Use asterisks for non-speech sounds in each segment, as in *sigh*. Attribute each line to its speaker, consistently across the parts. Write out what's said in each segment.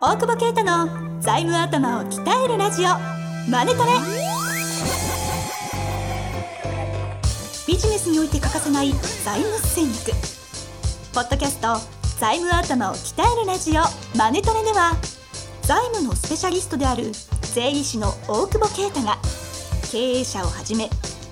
Speaker 1: 大久保啓太の財務頭を鍛えるラジオマネトレビジネスにおいて欠かせない財務戦略ポッドキャスト財務頭を鍛えるラジオマネトレでは財務のスペシャリストである税理士の大久保啓太が経営者をはじめ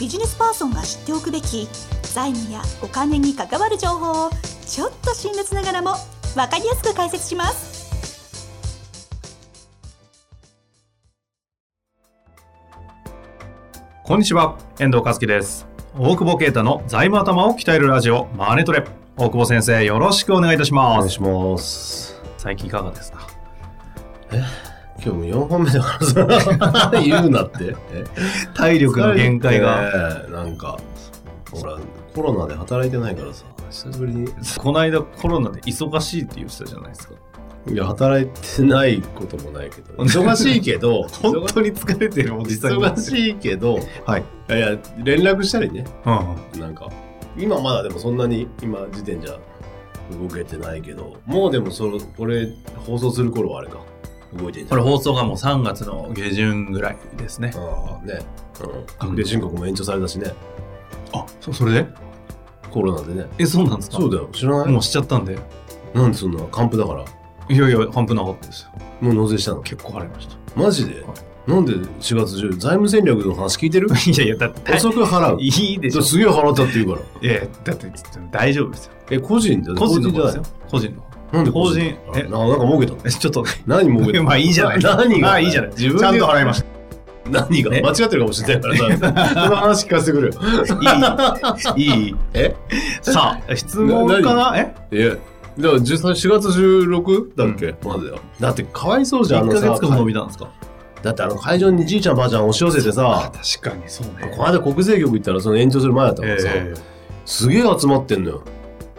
Speaker 1: ビジネスパーソンが知っておくべき財務やお金に関わる情報をちょっと辛辣ながらも分かりやすく解説します
Speaker 2: こんにちは、遠藤和樹です。大久保啓太の財務頭を鍛えるラジオマネトレ。大久保先生、よろしくお願いいたし
Speaker 3: お
Speaker 2: ま
Speaker 3: 願い
Speaker 2: す。
Speaker 3: します。
Speaker 2: 最近いかがですか。
Speaker 3: 今日も4本目だからさ、 *laughs* 言うなって。え
Speaker 2: 体力の限界が。
Speaker 3: 疲れてねなんか、ほら、コロナで働いてないからさ、久しぶりに。
Speaker 2: この間コロナで忙しいって言ってたじゃないですか。
Speaker 3: いや、働いてないこともないけど。 *laughs* 忙しいけど、
Speaker 2: 本当に疲れてるおじさんが
Speaker 3: 忙。しいけど、
Speaker 2: はい。
Speaker 3: いやいや、連絡したりね、
Speaker 2: うんうん。
Speaker 3: なんか、今まだでもそんなに、今時点じゃ動けてないけど、もうでもその、これ、放送する頃はあれか、動いていた
Speaker 2: これ放送がもう3月の下旬ぐらいですね。
Speaker 3: ああ、ね。うん。確定申告も延長されたしね、
Speaker 2: あ、そそれで
Speaker 3: コロナでね。
Speaker 2: え、そうなんですか
Speaker 3: そうだよ、知らない
Speaker 2: もうしちゃったんで。
Speaker 3: なんでそんな還付だから
Speaker 2: いやいや、半分なかったですよ。
Speaker 3: もう納税したの
Speaker 2: 結構晴れました。 *laughs*
Speaker 3: マジで、
Speaker 2: は
Speaker 3: なんで4月10財務戦略の話聞い
Speaker 2: *laughs*
Speaker 3: てる
Speaker 2: いやいや、だって、
Speaker 3: 遅く払う
Speaker 2: いいでしょ
Speaker 3: だ。すげえ払ったって言うから
Speaker 2: いやいや、だって、大丈夫ですよ。
Speaker 3: え個人だよ
Speaker 2: 個人の方です
Speaker 3: 法
Speaker 2: よ。個人の方。
Speaker 3: じゃないなんで個人
Speaker 2: 法人え
Speaker 3: ななんか儲けたの
Speaker 2: えちょっと、
Speaker 3: 何儲けたの
Speaker 2: *laughs* まあいいじゃない。
Speaker 3: な *laughs* 何
Speaker 2: *laughs*
Speaker 3: が
Speaker 2: まあいいじゃない。
Speaker 3: 自分で
Speaker 2: ちゃんと払いました。
Speaker 3: 何が
Speaker 2: え
Speaker 3: 間違ってるかもしれないから
Speaker 2: *laughs*
Speaker 3: さその話聞かせてくれよ
Speaker 2: いい。いい。
Speaker 3: *laughs* え
Speaker 2: さあ、質問かなえ
Speaker 3: いやじゃあ4月16だっけ、まだよだってかわいそうじゃんあ
Speaker 2: ?1
Speaker 3: の
Speaker 2: ヶ
Speaker 3: さ
Speaker 2: 月間伸びたんですか
Speaker 3: だってあの会場にじいちゃんばあちゃん押し寄せてさ
Speaker 2: 確かにそうね
Speaker 3: この間国税局行ったらその延長する前だったからさ、
Speaker 2: えー
Speaker 3: すげえ集まってんのよ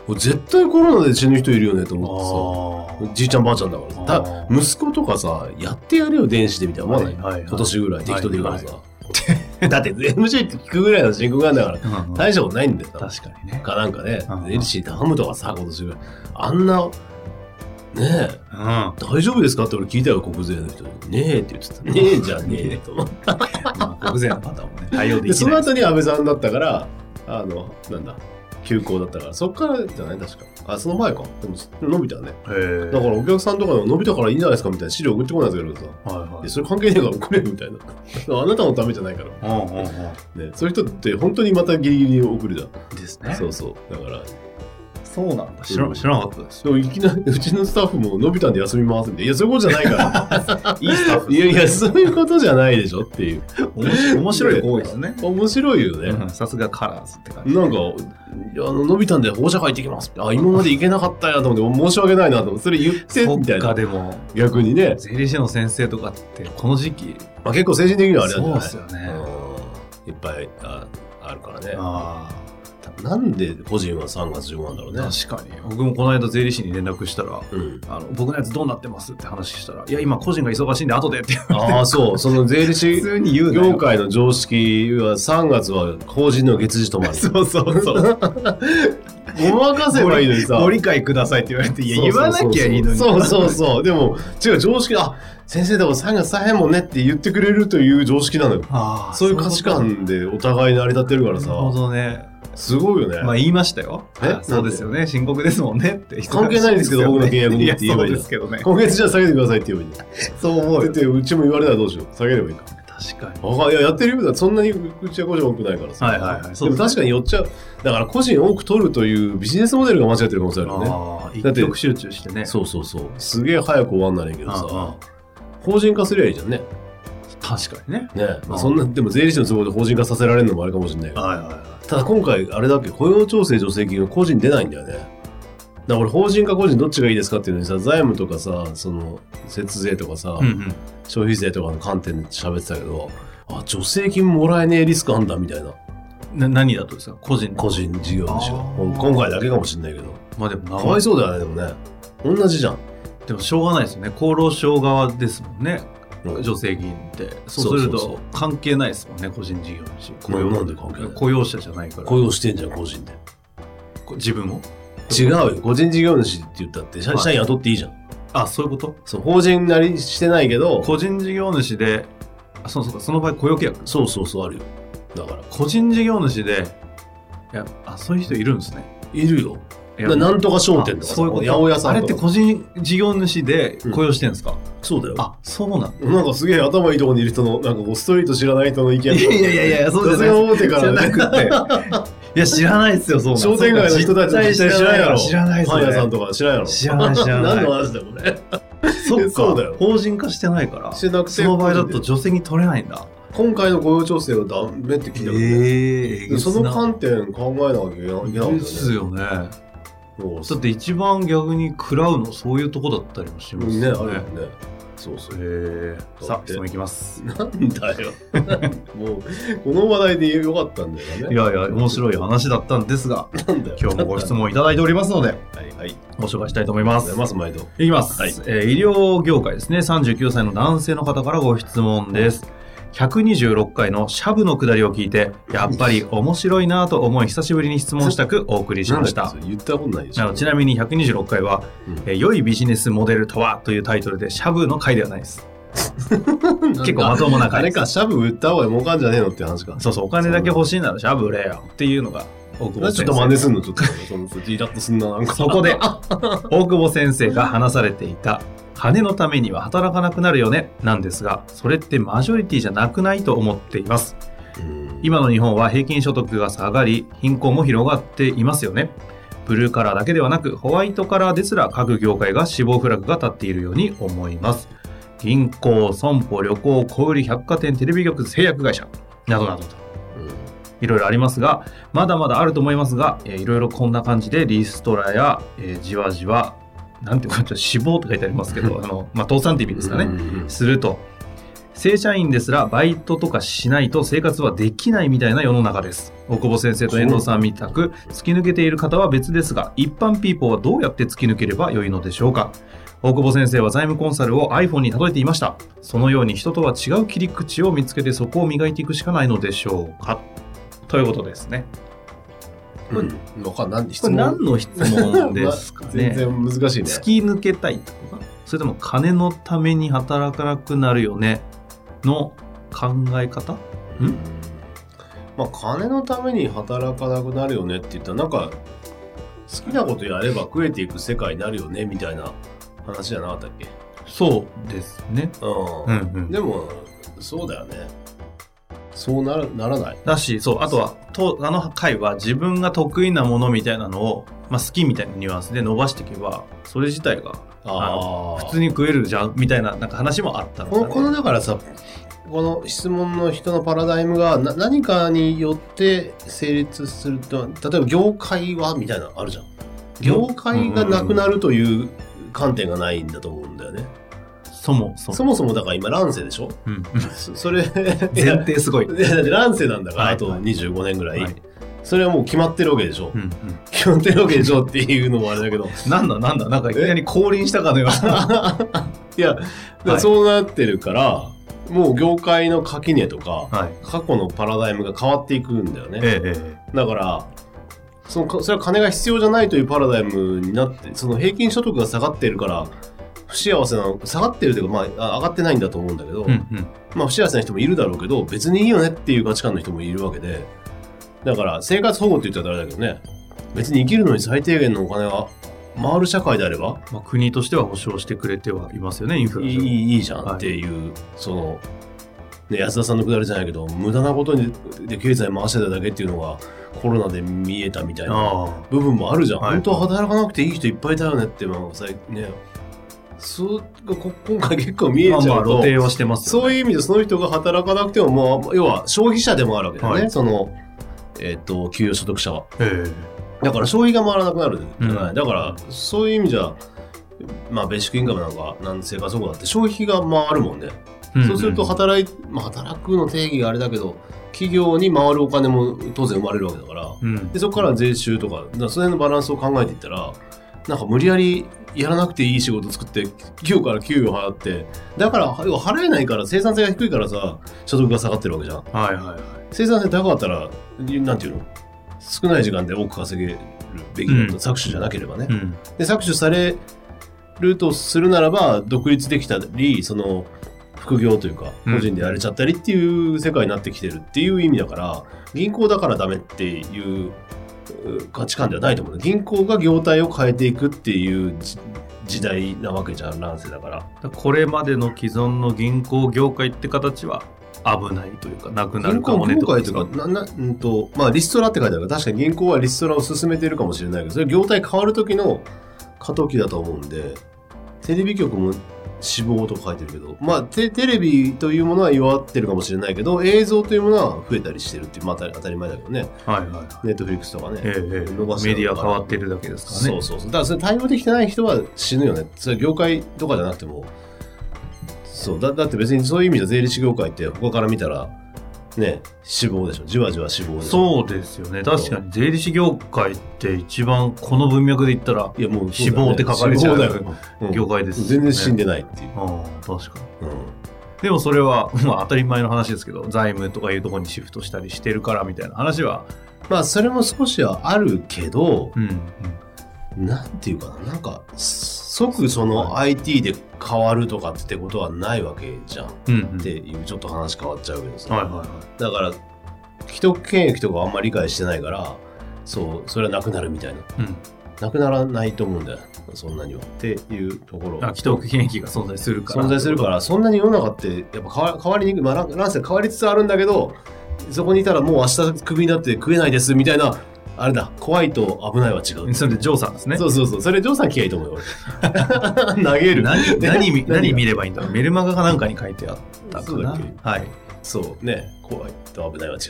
Speaker 3: これ絶対コロナで死ぬ人いるよねと思
Speaker 2: あ
Speaker 3: ってさじいちゃんばあちゃんだからさ
Speaker 2: あ
Speaker 3: だ息子とかさやってやれよ電子でみたいな思わない、
Speaker 2: はいはいはい
Speaker 3: 今年ぐらい適当でいいからさ、 *laughs* だって MC って聞くぐらいの進行があるんだから
Speaker 2: ーうん
Speaker 3: 大したことないんだよ
Speaker 2: 確かにね。
Speaker 3: かなんかね
Speaker 2: うん
Speaker 3: エリシー頼むとかさ今年ぐらいあんなねえ *laughs*
Speaker 2: うん。
Speaker 3: 大丈夫ですかって俺聞いたよ国税の人にねえって言ってたねえじゃねえと思って
Speaker 2: 国税の方もね、対応で
Speaker 3: で
Speaker 2: き
Speaker 3: その
Speaker 2: ない。
Speaker 3: 後に安倍さんだったからあのなんだ休校だったからそっからじゃない確かあその前かでも伸びたね
Speaker 2: へー
Speaker 3: だからお客さんとかでも伸びたからいいんじゃないですかみたいな資料送ってこないやつがいるからさ
Speaker 2: はいはい
Speaker 3: でそれ関係ねえから送れよみたいな *laughs* あなたのためじゃないから、
Speaker 2: うんうんう
Speaker 3: ね、そういう人って本当にまたギリギリ送るじゃ
Speaker 2: ん。です
Speaker 3: ん
Speaker 2: ね
Speaker 3: そ。うそうだから
Speaker 2: そうなんだ。知ら知らなかったです。
Speaker 3: でもいきなりうちのスタッフも伸びたんで休みますみたいないやそういうことじゃないから
Speaker 2: いいスタッフ。
Speaker 3: いやいやそういうことじゃないでしょっていう
Speaker 2: 面白い行為ですね。
Speaker 3: 面白いよね、
Speaker 2: うんさすがカラーズって感じ。
Speaker 3: なんか、いやあの伸びたんで保護者会行ってきますあ、今まで行けなかったやと思って、申し訳ないなと思って、それ言って
Speaker 2: そ
Speaker 3: みた
Speaker 2: っ
Speaker 3: い
Speaker 2: か、
Speaker 3: な。
Speaker 2: でも、
Speaker 3: 逆にね、
Speaker 2: 税理士の先生とかって、この時期、
Speaker 3: まあ、結構精神的にはあれなんじゃない
Speaker 2: そうっすよね
Speaker 3: うんいっぱいああるからね。
Speaker 2: ああ。
Speaker 3: なんで個人は3月15なんだろうね。
Speaker 2: 確かに僕もこの間税理士に連絡したら
Speaker 3: うん、
Speaker 2: あの僕のやつどうなってますって話したらいや今個人が忙しいんで後でって
Speaker 3: ああ、そう、その税理士
Speaker 2: 通に言う
Speaker 3: 業界の常識は3月は法人の月次止まり。
Speaker 2: *laughs* そうそうそう
Speaker 3: *laughs* ごまかせばいいのにさ。
Speaker 2: ご理解くださいって言われていや
Speaker 3: そう
Speaker 2: 言
Speaker 3: そう
Speaker 2: わ
Speaker 3: そう
Speaker 2: なきゃいいのに
Speaker 3: そうそうそう。 *laughs* でも、違う、常識、あ、先生でも3月大変もんねって言ってくれるという常識なのよ。
Speaker 2: あー
Speaker 3: そういう価値観でお互い成り立ってるから
Speaker 2: な
Speaker 3: さ
Speaker 2: る、ほどね
Speaker 3: すごいよね。
Speaker 2: まあ言いましたよ
Speaker 3: え
Speaker 2: あそうですよね深刻ですもんねって
Speaker 3: 関係ないですけど僕の契約に
Speaker 2: や
Speaker 3: って言えばい
Speaker 2: そう
Speaker 3: いじゃん
Speaker 2: ですけどね
Speaker 3: *laughs* 今月じゃあ下げてくださいって言えばいいじゃん
Speaker 2: そう思う
Speaker 3: だってうちも言われたらどうしよう。下げればいいか。
Speaker 2: 確かに
Speaker 3: あいや、やってるようだ。そんなにうちは個人多くないからさ。
Speaker 2: はいはいはいそ
Speaker 3: で
Speaker 2: う
Speaker 3: も
Speaker 2: ですね
Speaker 3: 確かに寄っちゃう。だから個人多く取るというビジネスモデルが間違ってる可能性あるよね。
Speaker 2: ああ
Speaker 3: だ
Speaker 2: 一
Speaker 3: って
Speaker 2: 極集中してね
Speaker 3: そうそうそう。すげえ早く終わんならいいけど
Speaker 2: うんうん
Speaker 3: さ、法人化すりゃいいじゃんね。
Speaker 2: 確かにね
Speaker 3: ね
Speaker 2: あ
Speaker 3: まあ、そんなでも税理士の都合で法人化させられるのもあれかもしれないけど
Speaker 2: はいはいは
Speaker 3: ただ今回あれだっけ雇用調整助成金が個人出ないんだよねだから俺法人か個人どっちがいいですかっていうのにさ財務とかさその節税とかさ、
Speaker 2: いうんうん
Speaker 3: 消費税とかの観点で喋ってたけどあ助成金もらえねえリスクあんだみたいな
Speaker 2: な何だとですか個人
Speaker 3: 個人事業主
Speaker 2: あ
Speaker 3: は
Speaker 2: ー
Speaker 3: 今回だけかもしれないけど
Speaker 2: まあでも
Speaker 3: か
Speaker 2: 長い
Speaker 3: わいそうだよねでもね同じじゃん
Speaker 2: でもしょうがないですよね厚労省側ですもんね
Speaker 3: うん
Speaker 2: 助成金ってそ
Speaker 3: そうう
Speaker 2: す
Speaker 3: そ
Speaker 2: る
Speaker 3: うそう
Speaker 2: と関係ないですもんね個人事業主雇
Speaker 3: なんで関係ない
Speaker 2: 雇用者じゃないから
Speaker 3: 雇用してんじゃん個人で
Speaker 2: 自分を
Speaker 3: 違うよ個人事業主って言ったって社社員雇っていいじゃん
Speaker 2: あそういうこと
Speaker 3: そう法人なりしてないけど
Speaker 2: 個人事業主であそうそうかその場合雇用契約
Speaker 3: そうそうそうあるよだから
Speaker 2: 個人事業主でいやあそういう人いるんですね
Speaker 3: いるよ
Speaker 2: いや
Speaker 3: ななんとか商店とかさ
Speaker 2: そういうこと
Speaker 3: 八百屋さんとか
Speaker 2: あれって個人事業主で雇用してるんですか、
Speaker 3: そうだよ
Speaker 2: あそうなん
Speaker 3: なんかすげえ頭いいとこにいる人のなんかこうストリート知らない人の意見とか
Speaker 2: いやいやいやいやそうじゃない
Speaker 3: さすが大手からね
Speaker 2: じゃなくていや知らないですよそうなん
Speaker 3: 商店街の人たち
Speaker 2: 絶対
Speaker 3: 知らないやろ
Speaker 2: 知らないです
Speaker 3: パ
Speaker 2: よ
Speaker 3: ン
Speaker 2: ね
Speaker 3: 屋さんとか知らんやろ
Speaker 2: 知らない知らない
Speaker 3: 何の話だよこれ
Speaker 2: そっか
Speaker 3: そうだよ
Speaker 2: 法人化してないから
Speaker 3: してなくて
Speaker 2: その場合だと助成に取れないんだ
Speaker 3: 今回の雇用調整はダメって聞いたけどね、
Speaker 2: ええ
Speaker 3: その観点考えなきゃいけないんだよね
Speaker 2: ですよねだ
Speaker 3: そう
Speaker 2: って一番逆に食らうのそういうとこだったりもします
Speaker 3: ねあ
Speaker 2: よ
Speaker 3: る
Speaker 2: ね
Speaker 3: よねそうそう
Speaker 2: ええ
Speaker 3: だ
Speaker 2: さあ
Speaker 3: って
Speaker 2: 質問いきます
Speaker 3: なんだよもうこの話題でよかったんだよね
Speaker 2: いやいや面白い話だったんですが
Speaker 3: なんだよ
Speaker 2: 今日もご質問いただいておりますので
Speaker 3: はいはい
Speaker 2: ご紹介したいと思いま
Speaker 3: ありがとうござ
Speaker 2: す
Speaker 3: います毎度
Speaker 2: いきます、
Speaker 3: はい
Speaker 2: えー医療業界ですね39歳の男性の方からご質問です126回のシャブのくだりを聞いてやっぱり面白いなと思い久しぶりに質問したくお送りしまし
Speaker 3: なん
Speaker 2: た
Speaker 3: だよそれ言ったことないでし
Speaker 2: あ
Speaker 3: ょ
Speaker 2: のちなみに126回は、
Speaker 3: うん
Speaker 2: えー良いビジネスモデルとは?」というタイトルでシャブの回ではないです結構まともな
Speaker 3: あ
Speaker 2: 回
Speaker 3: れ
Speaker 2: です
Speaker 3: か、シャブ売った方が儲かんじゃねえのって話か。
Speaker 2: そうそうお金だけ欲しいならシャブ売れよっていうのが大久保
Speaker 3: なんでちょ
Speaker 2: 先
Speaker 3: っと真
Speaker 2: 生
Speaker 3: 似すんのちょっと。そのイラッとすんな、なんか。
Speaker 2: そこで *laughs* 大久保先生が話されていた「金のためには働かなくなるよね」なんですがそれってマジョリティじゃなくないと思っています
Speaker 3: うん
Speaker 2: 今の日本は平均所得が下がり貧困も広がっていますよねブルーカラーだけではなくホワイトカラーですら各業界が死亡フラグが立っているように思います銀行損保旅行小売百貨店テレビ局製薬会社などなどといろいろありますがまだまだあると思いますが、えーいろいろこんな感じでリストラや、えーじわじわなんていうかちょっと死亡って書いてありますけどあの、まあ、倒産って意味ですかね、
Speaker 3: うん
Speaker 2: すると正社員ですらバイトとかしないと生活はできないみたいな世の中です大久保先生と遠藤さんみたく突き抜けている方は別ですが一般ピーポーはどうやって突き抜ければよいのでしょうか大久保先生は財務コンサルを iPhone に例えていましたそのように人とは違う切り口を見つけてそこを磨いていくしかないのでしょうかということですね
Speaker 3: うんうん。わかんない。 *laughs* 何質
Speaker 2: これ
Speaker 3: 問
Speaker 2: 何の質問です
Speaker 3: *laughs*
Speaker 2: か
Speaker 3: 全
Speaker 2: ね
Speaker 3: 然難しいね。
Speaker 2: 突き抜けたいとかそれとも金のために働かなくなるよねの考え方
Speaker 3: うんまあ、金のために働かなくなるよねって言ったら、なんか、好きなことやれば食えていく世界になるよねみたいな話じゃなかったっけ
Speaker 2: そうですね、う
Speaker 3: うんん。
Speaker 2: うん、
Speaker 3: でも、そうだよね。そうなるならない。
Speaker 2: だしそうあとはとあの回は自分が得意なものみたいなのを、まあ、好きみたいなニュアンスで伸ばしていけばそれ自体が
Speaker 3: あー
Speaker 2: 普通に食えるじゃんみたいななんか話もあったのか
Speaker 3: この
Speaker 2: な
Speaker 3: このだからさこの質問の人のパラダイムがな何かによって成立すると例えば業界はみたいなのあるじゃん業界がなくなるという観点がないんだと思うんだよね、
Speaker 2: そもそも
Speaker 3: そもそもだから今乱世でしょ
Speaker 2: うんうん
Speaker 3: そそれ *laughs* い
Speaker 2: 前
Speaker 3: や
Speaker 2: 提 *laughs* すごい、
Speaker 3: いやだって乱世なんだから、
Speaker 2: はい
Speaker 3: あと25年ぐらい、
Speaker 2: はい
Speaker 3: それはもう決まってるわけでしょ、
Speaker 2: うんうん、
Speaker 3: 決まってるわけでしょっていうのもあれだ
Speaker 2: *laughs*
Speaker 3: けど
Speaker 2: なんだなんだなんかいきなり降臨したかのような
Speaker 3: いやだからそうなってるから、もう業界の垣根とか
Speaker 2: *laughs* はい
Speaker 3: 過去のパラダイムが変わっていくんだよね、
Speaker 2: ええええ
Speaker 3: だからそのかそれは金が必要じゃないというパラダイムになってその平均所得が下がっているから不幸せなの下がってるというか、まあ、あ上がってないんだと思うんだけど、
Speaker 2: うんうん
Speaker 3: まあ、不幸せな人もいるだろうけど別にいいよねっていう価値観の人もいるわけでだから生活保護って言ったら誰だけどね別に生きるのに最低限のお金が回る社会であれば
Speaker 2: まあ、国としては保障してくれてはいますよね、インフ
Speaker 3: い
Speaker 2: ラ
Speaker 3: い
Speaker 2: 上
Speaker 3: いいじゃんっていう、その、ね、安田さんのくだりじゃないけど無駄なことにで経済回してただけっていうのがコロナで見えたみたいな
Speaker 2: あ
Speaker 3: 部分もあるじゃん、
Speaker 2: はい
Speaker 3: 本当は働かなくていい人いっぱいだよねってまあ最ねそうこ今回結構見え
Speaker 2: あ。
Speaker 3: ち
Speaker 2: ま
Speaker 3: ゃ
Speaker 2: あ
Speaker 3: うと、
Speaker 2: まあ露呈はしてますよ
Speaker 3: そういう意味でその人が働かなくても、まあ、要は消費者でもあるわけだよね、
Speaker 2: はい
Speaker 3: その、えっと給与所得者は
Speaker 2: え
Speaker 3: だから消費が回らなくなるじゃない、
Speaker 2: うん
Speaker 3: だからそういう意味じゃまあベーシックインカムなんかなん生活保護だって消費が回るもんね、
Speaker 2: え
Speaker 3: そうすると
Speaker 2: んん
Speaker 3: 働い、まあ、働くの定義があれだけど企業に回るお金も当然生まれるわけだから、
Speaker 2: うん
Speaker 3: でそこから税収とかだからその辺のバランスを考えていったらなんか無理やりやらなくていい仕事作って給与から給与払ってだから要は払えないから生産性が低いからさ所得が下がってるわけじゃん
Speaker 2: はいはいはい。
Speaker 3: 生産性高かったらなんていうの少ない時間で多く稼げるべきだと、
Speaker 2: うん
Speaker 3: 搾取じゃなければね、
Speaker 2: うん
Speaker 3: で搾取されルートをするならば独立できたりその副業というか
Speaker 2: うん
Speaker 3: 個人でやれちゃったりっていう世界になってきてるっていう意味だから銀行だからダメっていうう価値観ではないと思うね銀行が業態を変えていくっていうじ時代なわけじゃん乱世だから
Speaker 2: だからこれまでの既存の銀行業界って形は危ないというかなくな
Speaker 3: 銀
Speaker 2: るか
Speaker 3: 行
Speaker 2: もね
Speaker 3: 業界
Speaker 2: っ
Speaker 3: と
Speaker 2: て
Speaker 3: いう
Speaker 2: こ
Speaker 3: か
Speaker 2: と、
Speaker 3: ななうんとまあ、リストラって書いてあるから、確かに銀行はリストラを進めているかもしれないけど、それ業態変わる時の過渡期だと思うんで、テレビ局も死亡と書いてるけど、まあテ、テレビというものは弱ってるかもしれないけど、映像というものは増えたりしてるっていう、まあ、当たり当たり前だけどね、
Speaker 2: はいはいはい
Speaker 3: ネットフリックスとかね。
Speaker 2: ええええ
Speaker 3: 伸ばしちゃ
Speaker 2: メ
Speaker 3: う
Speaker 2: ディア
Speaker 3: から
Speaker 2: 変わってるだけですから
Speaker 3: そ
Speaker 2: ね
Speaker 3: うそうそう。だからそれ対応できてない人は死ぬよね。それ業界とかじゃなくても。そうだだって別にそういう意味じゃ税理士業界って他から見たらね死亡でしょじわじわ死亡でし
Speaker 2: そ
Speaker 3: ょ
Speaker 2: うですよね確かに税理士業界って一番この文脈で言ったら
Speaker 3: いやもう
Speaker 2: 死亡って書かれちゃ
Speaker 3: 死亡だよ
Speaker 2: う
Speaker 3: うん
Speaker 2: 業界ですよね
Speaker 3: 全然死んでないっていう、
Speaker 2: ああ確かに
Speaker 3: うん
Speaker 2: でもそれは、 *laughs* まあ、当たり前の話ですけど財務とかいうところにシフトしたりしてるからみたいな話は
Speaker 3: まあそれも少しはあるけど
Speaker 2: うん、うん、
Speaker 3: なんていうかななんか即その IT で変わるとかってことはないわけじゃんっ
Speaker 2: うんうん
Speaker 3: ていうちょっと話変わっちゃうけどさ、
Speaker 2: はいはいは、
Speaker 3: だから既得権益とかあんまり理解してないからそうそれはなくなるみたいない
Speaker 2: うん、
Speaker 3: なくならないと思うんだよそんなにはっていうところ
Speaker 2: あ既得権益が存在するから
Speaker 3: 存在するからそんなに世の中ってやっぱ変わ変わりにくい、まあ、乱乱世変わりつつあるんだけどそこにいたらもう明日クビになって食えないですみたいなあれだ怖いと危ないは違う、
Speaker 2: それでジョーさんですね
Speaker 3: そうそうそうそれジョーさん聞きゃいいと思うよ
Speaker 2: *laughs*
Speaker 3: 投げる
Speaker 2: 何何
Speaker 3: *laughs*
Speaker 2: 見何見
Speaker 3: る
Speaker 2: ればいいんだろうメルマガかなんかに書いてあったか
Speaker 3: そうだ
Speaker 2: な
Speaker 3: っけ
Speaker 2: はい
Speaker 3: そうね怖いと危ないは違う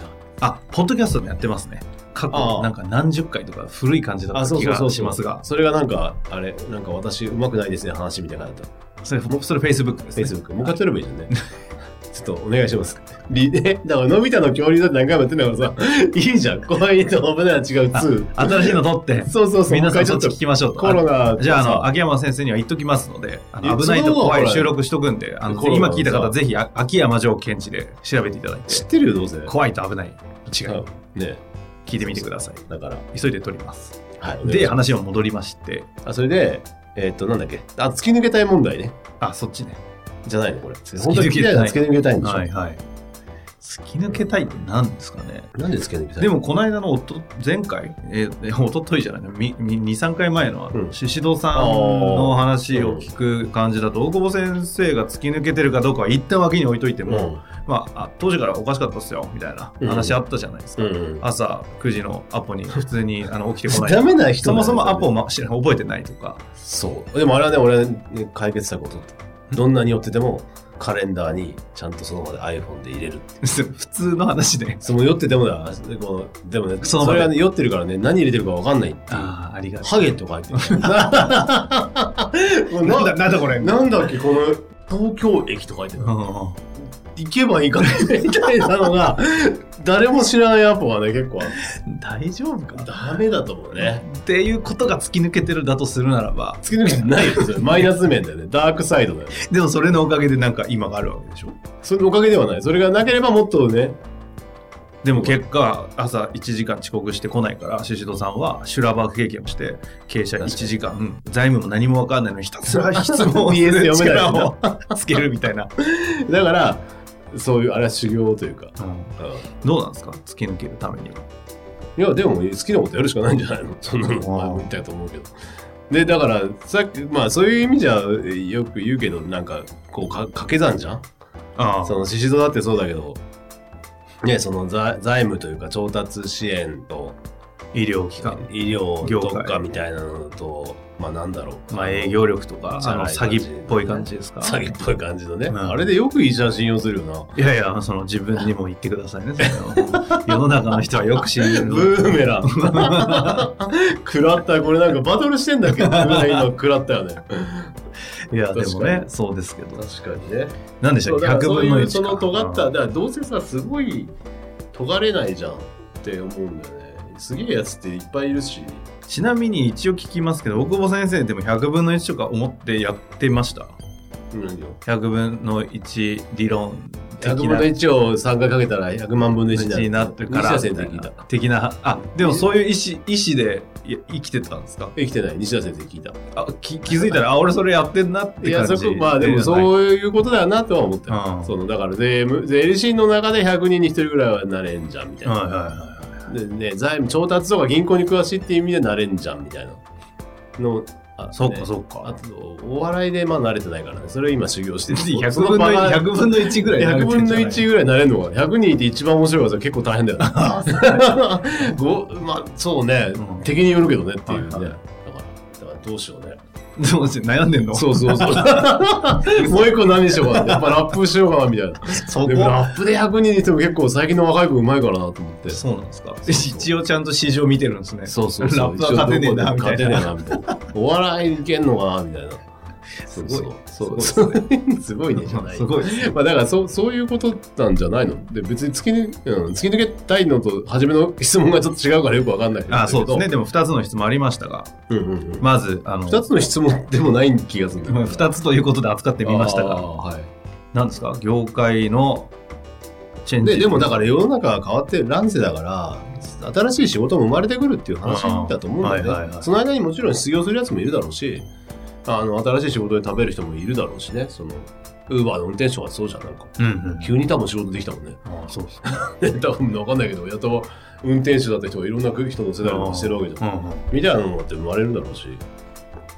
Speaker 2: あポッドキャストもやってますね過
Speaker 3: あ
Speaker 2: 去
Speaker 3: あ
Speaker 2: なんか何十回とか古い感じだった気がしますが
Speaker 3: それがなんかあれなんか私うまくないですね話みたいなのだった
Speaker 2: それもそれフェイスブックです
Speaker 3: フェ
Speaker 2: ね
Speaker 3: イスブックもう一回取ればいいじゃんね *laughs* ちょっとお願いしますリ *laughs* だからのび太の恐竜だって何回もやってんだからさいいじゃん怖いと危ないは違う2
Speaker 2: 新しいの撮って
Speaker 3: そうそうそう。
Speaker 2: 皆さん
Speaker 3: ち
Speaker 2: そ
Speaker 3: ょ
Speaker 2: っ
Speaker 3: っ
Speaker 2: ち
Speaker 3: と
Speaker 2: 聞きましょうと
Speaker 3: コロナ
Speaker 2: じゃああの秋山先生には言っときますのであの
Speaker 3: え
Speaker 2: 危ないと怖
Speaker 3: その方がほ
Speaker 2: い
Speaker 3: ら
Speaker 2: 収録しとくんであの
Speaker 3: コロナ
Speaker 2: 今
Speaker 3: のさ
Speaker 2: 聞いた方ぜひあ秋山城検知で調べていただいて
Speaker 3: 知ってるよ、どうせ。
Speaker 2: 怖いと危ない違い
Speaker 3: い。ね。
Speaker 2: 聞いてみてください
Speaker 3: だから。
Speaker 2: 急いで撮ります
Speaker 3: はい。
Speaker 2: で
Speaker 3: あの
Speaker 2: 話は戻りまして
Speaker 3: あ、それで、えーっと、なんだっけ。あ、突き抜けたい問題ね。
Speaker 2: あそっちね
Speaker 3: じゃないの、これ。本当
Speaker 2: 抜け
Speaker 3: に聞き
Speaker 2: たい
Speaker 3: たいのは突き抜けたいんでしょ。
Speaker 2: はいはい突き抜けたいって何ですかね
Speaker 3: なんで突き抜けたい
Speaker 2: で、もこの間のおと前回えー、おとといじゃないな23回前のあ
Speaker 3: う
Speaker 2: の
Speaker 3: ん
Speaker 2: 宍戸さんの話を聞く感じだと大久保先生が突き抜けてるかどうかは一旦脇に置いといて
Speaker 3: う
Speaker 2: も、
Speaker 3: ん。
Speaker 2: まあ、あ当時からおかしかったっすよみたいな話あったじゃないですか、
Speaker 3: うん。
Speaker 2: 朝9時のアポに普通 *laughs* にあの起きてこな
Speaker 3: ダ
Speaker 2: い
Speaker 3: メな人
Speaker 2: そもそもアポを
Speaker 3: も。
Speaker 2: ま知ら覚えてないとか *laughs*
Speaker 3: そう。でもあれはね、俺はね、解決策を取った。どんなに寄ってても、カレンダーにちゃんとその場で iPhone で入れる。
Speaker 2: 普通の話で
Speaker 3: その酔っててもだ、こうでもね、
Speaker 2: その
Speaker 3: そ
Speaker 2: 場で
Speaker 3: れはね、酔ってるからね、何入れてるかわかんないっていう。
Speaker 2: ああありがと
Speaker 3: ハゲとか入ってる。
Speaker 2: うなんだなんだこれ
Speaker 3: *laughs* なんだっけこの東京駅とか言って
Speaker 2: う
Speaker 3: た
Speaker 2: んうんうん
Speaker 3: 行けばいいかねみたいなのが誰も知らないアポがね結構ある
Speaker 2: 大丈夫か
Speaker 3: ダメだと思うね
Speaker 2: っていうことが突き抜けてるだとするならば
Speaker 3: 突き抜けてないよそれマイナス面だよねダークサイドだよ
Speaker 2: でもそれのおかげでなんか今があるわけでしょ
Speaker 3: それのおかげではないそれがなければもっとね
Speaker 2: でも結果朝1時間遅刻してこないから宍戸さんは修羅場経験をして傾斜1時間うん財務も何も分かんないのにひたすら質問をする
Speaker 3: BS 読めない
Speaker 2: 力を
Speaker 3: *laughs*
Speaker 2: つけるみたいな、
Speaker 3: だからそういうあれは修行というか、
Speaker 2: うん
Speaker 3: うん
Speaker 2: どうなんですか突き抜けるためには。
Speaker 3: いやでも好きなことやるしかないんじゃないの *laughs* そんなの
Speaker 2: あー
Speaker 3: 前みたいと思うけどでだからさっきまあそういう意味じゃよく言うけどなんかこうか掛け算じゃん
Speaker 2: あ
Speaker 3: その宍戸だってそうだけど、ね、その財財務というか調達支援と
Speaker 2: 医療機関、
Speaker 3: 医療
Speaker 2: 業界
Speaker 3: 特化みたいなのと、まあなんだろう。
Speaker 2: まあ、営業力とか
Speaker 3: じ
Speaker 2: あ
Speaker 3: ゃ
Speaker 2: の
Speaker 3: ない
Speaker 2: 詐
Speaker 3: 感じ
Speaker 2: 欺っぽい感じですか。
Speaker 3: 詐欺っぽい感じのね、
Speaker 2: うん
Speaker 3: あれでよく医者信用するよな。
Speaker 2: いやいやその自分にも言ってくださいね。それは世の中の人はよく知る。
Speaker 3: *laughs* ブーメラン。食らった、これなんかバトルしてんだっけど、ぐらいの食らったよね。
Speaker 2: いやでも
Speaker 3: 確か
Speaker 2: ね
Speaker 3: に
Speaker 2: そうですけど。
Speaker 3: 確かにね。
Speaker 2: なんでした
Speaker 3: そ
Speaker 2: っ
Speaker 3: う
Speaker 2: け
Speaker 3: だか
Speaker 2: 100
Speaker 3: らそう
Speaker 2: 分の1
Speaker 3: いう
Speaker 2: か。
Speaker 3: その尖った、
Speaker 2: う
Speaker 3: だからどうせさ、すごい尖れないじゃんって思うんだよね。すげえやつっていっぱいいるし。
Speaker 2: んちなみに一応聞きますけど大久保先生でも100分の1とか思ってやってました
Speaker 3: 何よ
Speaker 2: ?100 分の1理論的
Speaker 3: 100分
Speaker 2: な
Speaker 3: の。1を3回かけたら100万分の1になる。
Speaker 2: になってるから
Speaker 3: 西田先生に聞いた
Speaker 2: 的なあでもそういう意思意思でいや生きてたんですか
Speaker 3: 生きてない西田先生聞いた
Speaker 2: あき気づいたらあ俺それやってんなって
Speaker 3: いや
Speaker 2: 感じ
Speaker 3: そこまあでも
Speaker 2: う
Speaker 3: そういうことだよなとは思ったよ、
Speaker 2: うん
Speaker 3: そのだから税務税理士の中で100人に1人ぐらいはなれんじゃんみたいな、
Speaker 2: はいはいはいはい
Speaker 3: でね、財務調達とか銀行に詳しいっていう意味でなれんじゃんみたいなのあ
Speaker 2: そう
Speaker 3: ね
Speaker 2: かそうか
Speaker 3: あとお笑いでまあ慣れてないからねそれを今修行して
Speaker 2: 100
Speaker 3: その
Speaker 2: 分の
Speaker 3: 場
Speaker 2: 1
Speaker 3: が
Speaker 2: 100分の1ぐらい
Speaker 3: 100分の
Speaker 2: ぐ
Speaker 3: 1ぐらいなれるのか100人いて一番面白い技結構大変だよな
Speaker 1: あそう
Speaker 3: *laughs* ごまあそうね、
Speaker 2: うん
Speaker 3: 敵によるけどねっていうね、
Speaker 2: はいはい
Speaker 3: だからだからどうしようね
Speaker 2: どうして悩んでんの
Speaker 3: そうそうそうもう一個何にしようかなやっぱラップしようかなみたいな
Speaker 2: そ
Speaker 3: でもラップで100人いても結構最近の若い子うまいからなと思って
Speaker 2: そうなんですか一応ちゃんと市場見てるんですね
Speaker 3: そうそうそ
Speaker 2: ラッ
Speaker 3: う。
Speaker 2: プは勝てねえなみたいな
Speaker 3: 勝てねえなみたいなお笑いいけんのかなみたいな。す
Speaker 2: ごい
Speaker 3: そう
Speaker 2: す
Speaker 3: そう。すごいねじ
Speaker 2: *laughs*
Speaker 3: ゃない。
Speaker 2: すごい
Speaker 3: まあだからそうそういうことなんじゃないので別に突き,、うん、突き抜けたいのと初めの質問がちょっと違うからよくわかんないけど
Speaker 2: あそうですね。でも2つの質問ありましたが
Speaker 3: うんうんうん。
Speaker 2: まずあの *laughs*
Speaker 3: 二つの質問でもない気がするんだよ
Speaker 2: ま
Speaker 3: な。
Speaker 2: あ2つということで扱ってみました
Speaker 3: あー
Speaker 2: が
Speaker 3: はい。
Speaker 2: 何ですか業界のチェンジ
Speaker 3: ででもだから世の中が変わって乱世だから新しい仕事も生まれてくるっていう話だと思うんだよね、
Speaker 2: ああはいはいはい
Speaker 3: その間にもちろん失業するやつもいるだろうしあの新しい仕事で食べる人もいるだろうしねそのウーバーの運転手はそうじゃんなんか
Speaker 2: うんうん
Speaker 3: 急に多分仕事できたもんね
Speaker 2: あそうです
Speaker 3: 多分分かんないけどやっと運転手だった人がいろんな人乗せたりとかしてるわけじゃん
Speaker 2: うんうん
Speaker 3: みたいなのだって生まれるだろうし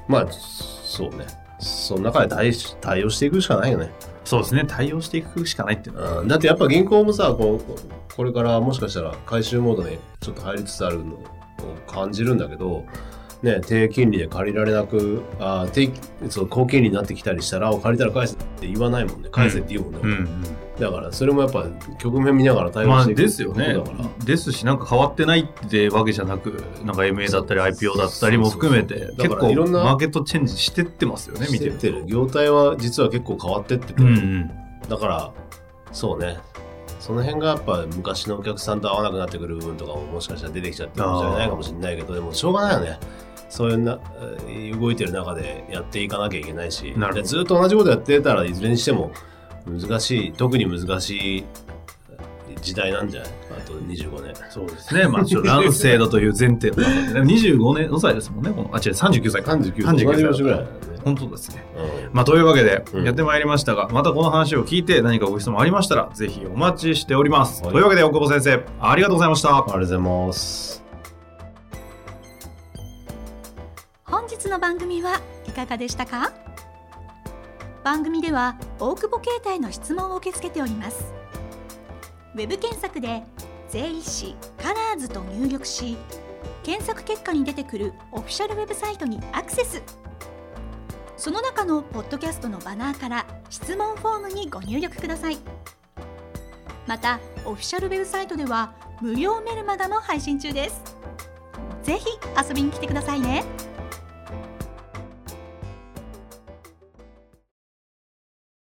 Speaker 3: まあそうねその中で対し対応していくしかないよね
Speaker 2: そうですね対応していくしかないっていうのは
Speaker 3: うんだってやっぱ銀行もさこうこれからもしかしたら回収モードにちょっと入りつつあるのを感じるんだけど、ね、低金利で借りられなくあ低そう高金利になってきたりしたらお借りたら返せって言わないもんね返せって言うもんね、
Speaker 2: うんうん
Speaker 3: だからそれもやっぱ局面見ながら対
Speaker 2: ま
Speaker 3: 応し
Speaker 2: あ
Speaker 3: ていく
Speaker 2: ですよね
Speaker 3: ことだから、。
Speaker 2: ですし、なんか変わってないってわけじゃなく、なんか MA だったり IPO だったりも含め
Speaker 3: そう
Speaker 2: て
Speaker 3: そう、そう
Speaker 2: 結
Speaker 3: だから
Speaker 2: 構
Speaker 3: いろんな
Speaker 2: マーケットチェンジしてってますよね、見てる
Speaker 3: してって
Speaker 2: と
Speaker 3: る。業態は実は結構変わってってて、
Speaker 2: うんうん。
Speaker 3: だからそうねその辺がやっぱ昔のお客さんと合わなくなってくる部分とかももしかしたら出てきちゃってるかもしれないかもしれないけどでもしょうがないよねそういうなえー動いてる中でやっていかなきゃいけないし
Speaker 2: なるほど
Speaker 3: でずっと同じことやってたらいずれにしても難しい特に難しい時代なんじゃないあと25年そうです
Speaker 2: ね、まあ、ちょっと
Speaker 3: *laughs*
Speaker 2: 乱世だという前提の中でね、25年の歳ですもんね、この、あ、違う、39歳か。
Speaker 3: 39
Speaker 2: 歳
Speaker 3: 同じ年ぐらいだよね、
Speaker 2: 本当ですね。
Speaker 3: うん
Speaker 2: まあ、というわけで
Speaker 3: う、ん
Speaker 2: やってまいりましたが、またこの話を聞いて何かご質問ありましたら、ぜひお待ちしております。
Speaker 3: はい
Speaker 2: というわけで、大久保先生、ありがとうございました
Speaker 3: あり。がとうございます
Speaker 1: 本日の番組はいかがでしたか番組では大久保携帯の質問を受け付けておりますウェブ検索で「税理士カラーズと入力し検索結果に出てくるオフィシャルウェブサイトにアクセスその中のポッドキャストのバナーから質問フォームにご入力くださいまたオフィシャルウェブサイトでは無料メルマガも配信中ですぜひ遊びに来てくださいね